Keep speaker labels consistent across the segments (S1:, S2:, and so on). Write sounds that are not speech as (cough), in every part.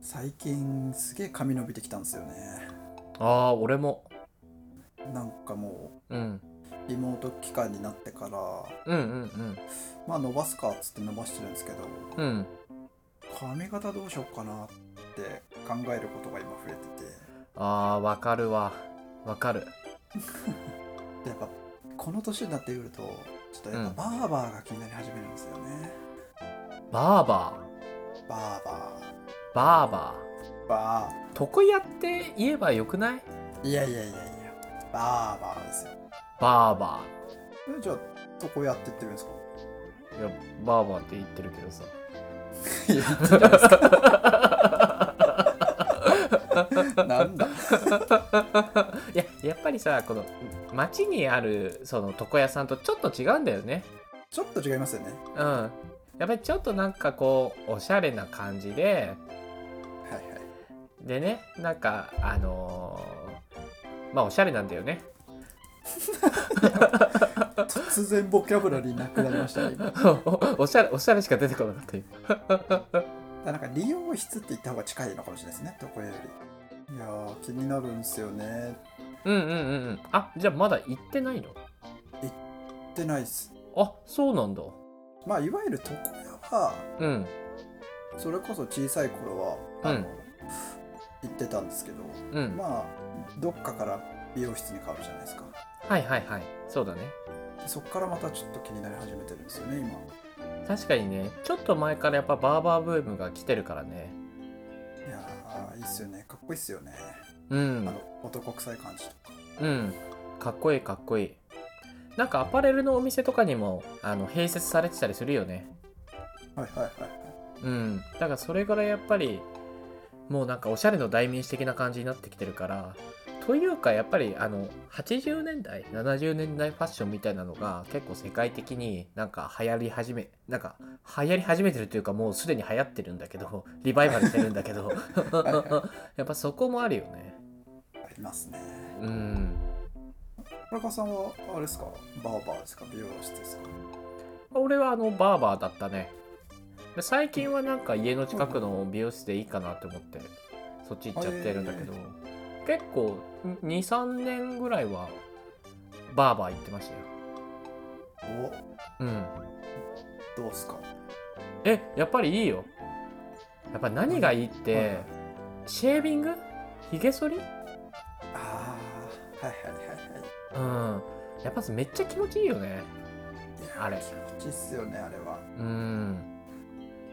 S1: 最近すげえ髪伸びてきたんですよね
S2: ああ俺も、
S1: なんかも
S2: うん、
S1: うリモート期間になってから
S2: うんうん
S1: まあ伸ばすかっつって伸ばしてるんですけど
S2: うんうん
S1: 髪型どうしようかなって考えることが今増えて
S2: あーわかるわわかる
S1: てでやっぱこの年になってくるとちょっとやっぱバーバーが気になり始めるんですよね、
S2: バーバ
S1: バーバ
S2: ーバーバ
S1: ーバ
S2: ー床屋って言えばよくない
S1: ーいやいやいやいやバーバーですよ
S2: バーバ
S1: えじゃあどこやってってるんですか
S2: ーいやバーバーって言ってるけどさ
S1: いや言ってないですか (laughs) なんだ
S2: いややっぱりさこの町にあるその床屋さんとちょっと違うんだよね
S1: ちょっと違いますよね
S2: うんやっぱりちょっとなんかこうおしゃれな感じで
S1: はいはい
S2: でねなんかあのーまあおしゃれなんだよね (laughs)
S1: 突然ボキャブラリーなくなりましたね今だか
S2: おおしゃれおしゃれしか出てこなかった今
S1: らなんか理容室って言った方が近いのかもしれないですねどこよりいやー気になるんですよね
S2: うんうんうんうんあじゃあまだ行ってないの
S1: ってないっす
S2: あそうなんだ
S1: まあいわゆる床屋は
S2: うん
S1: それこそ小さい頃はあの、
S2: うん
S1: 行ってたんですけど、
S2: うん
S1: まあどっかから美容室に変わるじゃないですか
S2: はいはいはいそうだね
S1: でそっからまたちょっと気になり始めてるんですよね今
S2: 確かにねちょっと前からやっぱバーバーブームが来てるからね
S1: いやーいいっすよねかっこいいっすよね、
S2: う
S1: あ
S2: ん
S1: の男臭い感じとか
S2: うんかっこいいかっこいいなんかアパレルのお店とかにもあの併設されてたりするよね
S1: はいはいはいはい
S2: うんだからそれからやっぱりもうなんかおしゃれの代名詞的な感じになってきてるからというかやっぱりあの80年代70年代ファッションみたいなのが結構世界的になんか流行り始めなんか流行り始めてるというかもうすでに流行ってるんだけどリバイバルしてるんだけど (laughs)
S1: いは
S2: やっぱそこもあるよね
S1: ありますね
S2: うん
S1: 村川さんはあれですかバーバーですか美容室ですか
S2: 俺はあのバーバーだったねで最近はなんか家の近くの美容室でいいかなって思ってそっち行っちゃってるんだけど、結構23年ぐらいはバーバー行ってましたよ
S1: お
S2: うん
S1: どうっすか
S2: えやっぱりいいよやっぱ何がいいって、
S1: はいはい
S2: シェービングひげ剃り
S1: ああはいはいはいはい
S2: うんやっぱめっちゃ気持ちいいよね
S1: いや
S2: あれ
S1: 気持ちいいっすよねあれは
S2: うん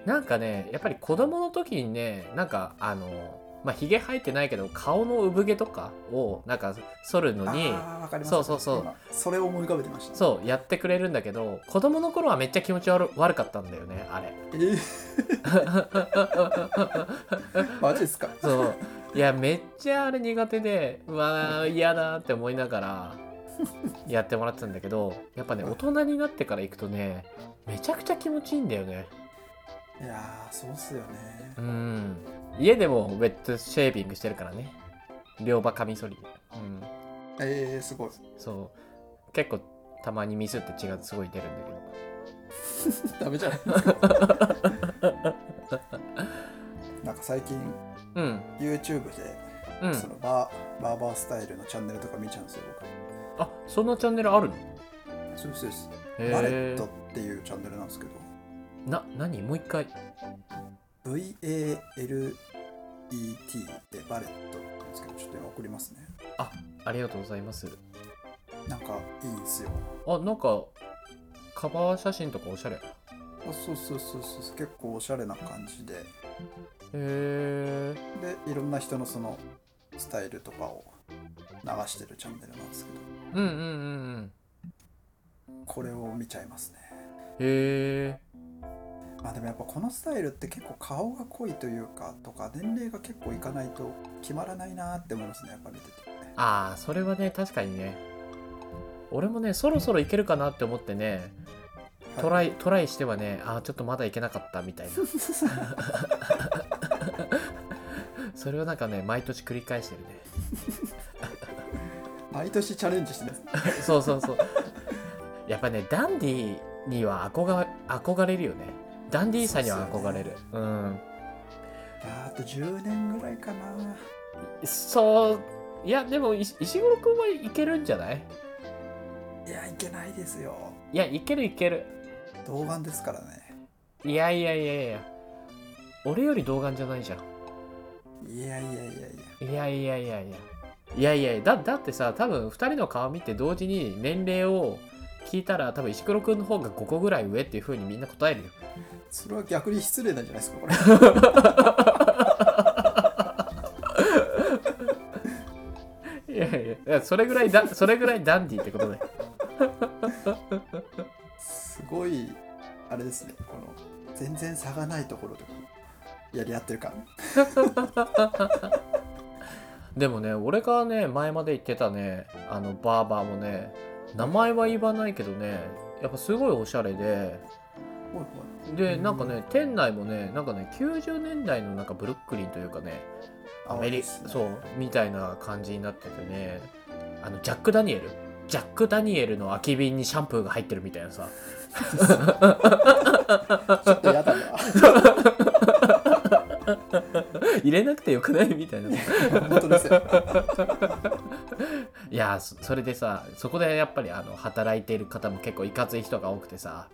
S2: なんかねやっぱり子供の時にねなんかあのまあひげ生えてないけど顔の産毛とかをなんか剃るのに
S1: ああわかります
S2: そうそうそう
S1: 今それを思い浮かべてました
S2: そうやってくれるんだけど子供の頃はめっちゃ気持ち悪悪かったんだよねあれ
S1: えー、 (laughs) マジっすか
S2: そういやめっちゃあれ苦手でうわー嫌だって思いながらやってもらってたんだけどやっぱね大人になってから行くとねめちゃくちゃ気持ちいいんだよね
S1: いやーそうっすよね
S2: うん家でもウェットシェービングしてるからね両刃カミソリでうん
S1: えー、すごい (laughs)
S2: そう結構たまにミスって血がすごい出るんだけど
S1: ダメじゃないですかなんか最近
S2: うん
S1: YouTube
S2: う
S1: でそ
S2: ん
S1: のバーバーバースタイルのチャンネルとか見ちゃうんですよ
S2: あそんなチャンネルあるの
S1: 僕そうですそうですバレ
S2: へ
S1: ットっ
S2: え
S1: ていうチャンネルなんですけど
S2: な何もう一回
S1: VALET でバレットなんですけどちょっと今送りますね
S2: あありがとうございます
S1: なんかいいんすよ
S2: あなんかカバー写真とかおしゃれへ
S1: あそうそうそうそう結構おしゃれな感じで
S2: え
S1: でいろんな人のそのスタイルとかを流してるチャンネルなんですけど
S2: うんうんうんうん
S1: これを見ちゃいますね
S2: へえ
S1: まあでもやっぱこのスタイルって結構顔が濃いというかとか年齢が結構いかないと決まらないなって思いますねやっぱ見てて
S2: ああそれはね確かにね俺もねそろそろいけるかなって思ってねト
S1: イ
S2: ライトライしてはねあーちょっとまだいけなかったみたいなそれをなんかね毎年繰り返してるね
S1: (laughs)
S2: (laughs)
S1: 毎年チャレンジしてます
S2: そうそうそうやっぱねダンディには憧れ憧れるよねダンディーさんには憧れるうん
S1: やあと10年ぐらいかな
S2: そういやでもい石黒くんはいけるんじゃない
S1: いやいけないですよ
S2: いやいけるいける
S1: 童顔ですからね
S2: いやいやいやいや俺より童顔じゃないじゃん
S1: いやいやいやいや
S2: いやいやいやいやいやいやだだってさ多分2人の顔見て同時に年齢を聞いたら多分石黒くんの方が5個ぐらい上っていう風にみんな答えるよ
S1: それは逆に失礼なんじゃないですかこれ
S2: いやいやいやそれぐらいだそれぐらいダンディーってことだよ
S1: すごいあれですねこの全然差がないところでこうやり合ってる感
S2: でもね俺がね前まで言ってたねあのバーバーもね名前は言わないけどねやっぱすごいおしゃれで
S1: おい
S2: でなんかね店内もねなんかね90年代のなんかブルックリンというかねアメリ
S1: そうですね
S2: そうみたいな感じになっててねあのジャック・ダニエルジャック・ダニエルの空き瓶にシャンプーが入ってるみたいなさ
S1: おいちょっとやだな
S2: (laughs) 入れなくてよくないみた (laughs) いな
S1: 本当です (laughs) よ
S2: いやーそそれでさそこでやっぱりあの働いている方も結構いかつい人が多くてさ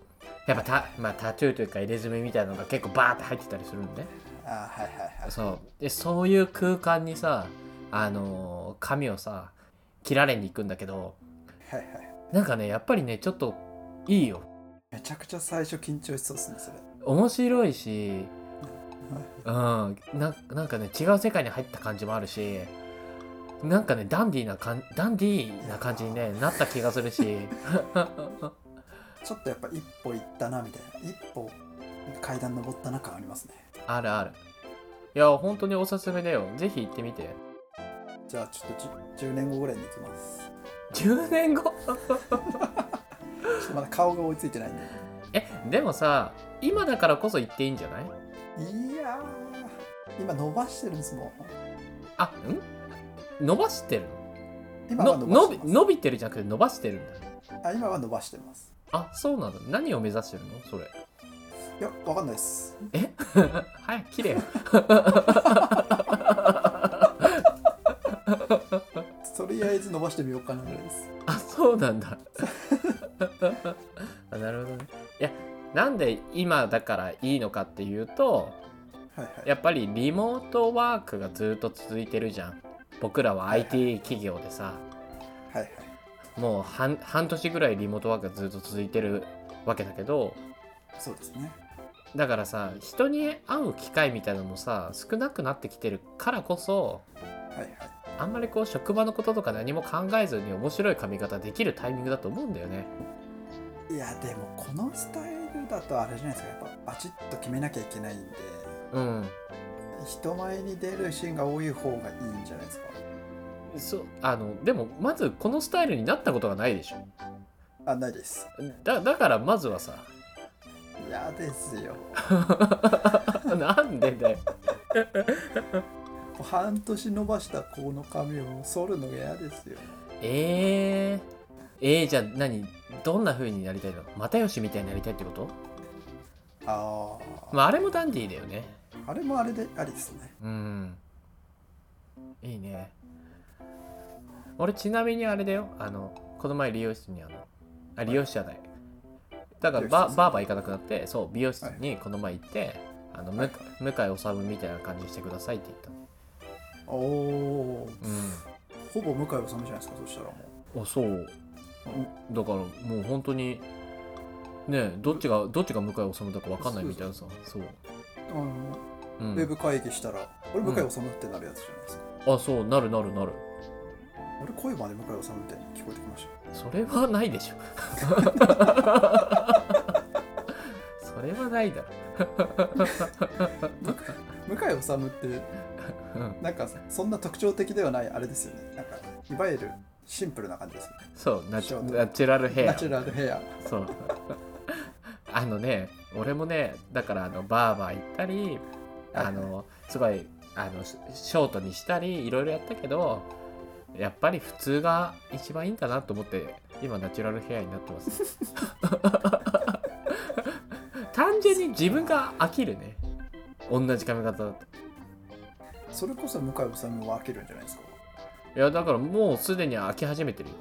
S2: やっぱタ,、まあ、タトゥーというか入れ墨みたいなのが結構バーって入ってたりするんで、ね、
S1: あーはいはいはい
S2: そうでそういう空間にさあのー髪をさ切られに行くんだけど
S1: はいはい
S2: なんかねやっぱりねちょっといいよ
S1: めちゃくちゃ最初緊張しそうですねそれ
S2: 面白いしうんななんかね違う世界に入った感じもあるしなんかねダンディーな感ダンディーな感じに、ね、なった気がする
S1: (laughs)
S2: し
S1: ちょっとやっぱ一歩行ったなみたいな一歩階段登ったな感ありますね
S2: あるあるいや本当におすすめだよぜひ行ってみて
S1: じゃあちょっと 10, 10年後ぐらいに行きます
S2: 10年後
S1: ちょっと (laughs) まだ顔が追いついてないんで
S2: (laughs) えでもさ今だからこそ行っていいんじゃない
S1: いやー今伸ばしてるんですもん
S2: あん伸ばしてる
S1: 今
S2: の
S1: は
S2: の
S1: 伸ばして
S2: 伸び
S1: ます
S2: 伸びてるじゃなくて伸ばしてるんだ
S1: あ今は伸ばしてます
S2: あそうなんだ何を目指してるのそれ
S1: い
S2: (laughs)
S1: やわかんないです
S2: え早く切れよ
S1: とりあえず伸ばしてみようかなぐらいです
S2: あそうなんだ (laughs) あなるほどねいやなんで今だからいいのかっていうと
S1: はいはい
S2: やっぱりリモートワークがずっと続いてるじゃん僕らは IT 企業でさ
S1: はいはい
S2: もう半半年ぐらいリモートワークがずっと続いてるわけだけど
S1: そうですね
S2: だからさ人に会う機会みたいなのもさ少なくなってきてるからこそ
S1: はいはい
S2: あんまりこう職場のこととか何も考えずに面白い髪型できるタイミングだと思うんだよね
S1: いやでもこのスタイルだとあれじゃないですかやっぱバチッと決めなきゃいけないんで
S2: うん
S1: 人前に出るシーンが多い方がいいんじゃないですか
S2: そうあのでもまずこのスタイルになったことがないでしょ
S1: あないです
S2: だだからまずはさ (laughs)
S1: 嫌ですよも
S2: なんでだよ
S1: う半年伸ばしたこの髪を剃るのが嫌ですよ
S2: えー、えー、じゃあ何どんな風になりたいの又吉みたいになりたいってこと、
S1: ああ、
S2: まあ、あれもダンディーだよね
S1: あれもあれでありですね
S2: うんいいね俺ちなみにあれだよあのこの前理容室にあのあ理容師じゃないだから
S1: 理容
S2: バ
S1: 室です
S2: バーバー行かなくなってそう美容室にこの前行って、あのむ向井治みたいな感じにしてくださいって言ったの
S1: おお
S2: うん
S1: ほぼ向井治じゃないですかそしたらも
S2: あそうだからもう本当にねどっちがどっちが向井治だか分かんないみたいなさそう、
S1: う、
S2: う
S1: あのウェ
S2: ん、
S1: ブ会議したら俺向井治ってなるやつじゃないですか、
S2: あそうなるなるなる
S1: 俺声まで向井治みたいに聞こえてきまし
S2: それはないでし (laughs) ょそれはないだろ
S1: た (laughs) 向井治って
S2: うん
S1: なんかそんな特徴的ではないあれですよねなんかいわゆるシンプルな感じですよね
S2: そうナチ
S1: そう
S2: ナチュラルヘア
S1: ナチュラルヘア
S2: そうあのね俺もねだからあのバーバー行ったりあのすごいあのシショートにしたりいろいろやったけどやっぱり普通が一番いいんだなと思って今ナチュラルヘアになってます単純に自分が飽きるね同じ髪型だと
S1: それこそ向井治は飽きるんじゃないですか
S2: いやだからもうすでに飽き始めてるよ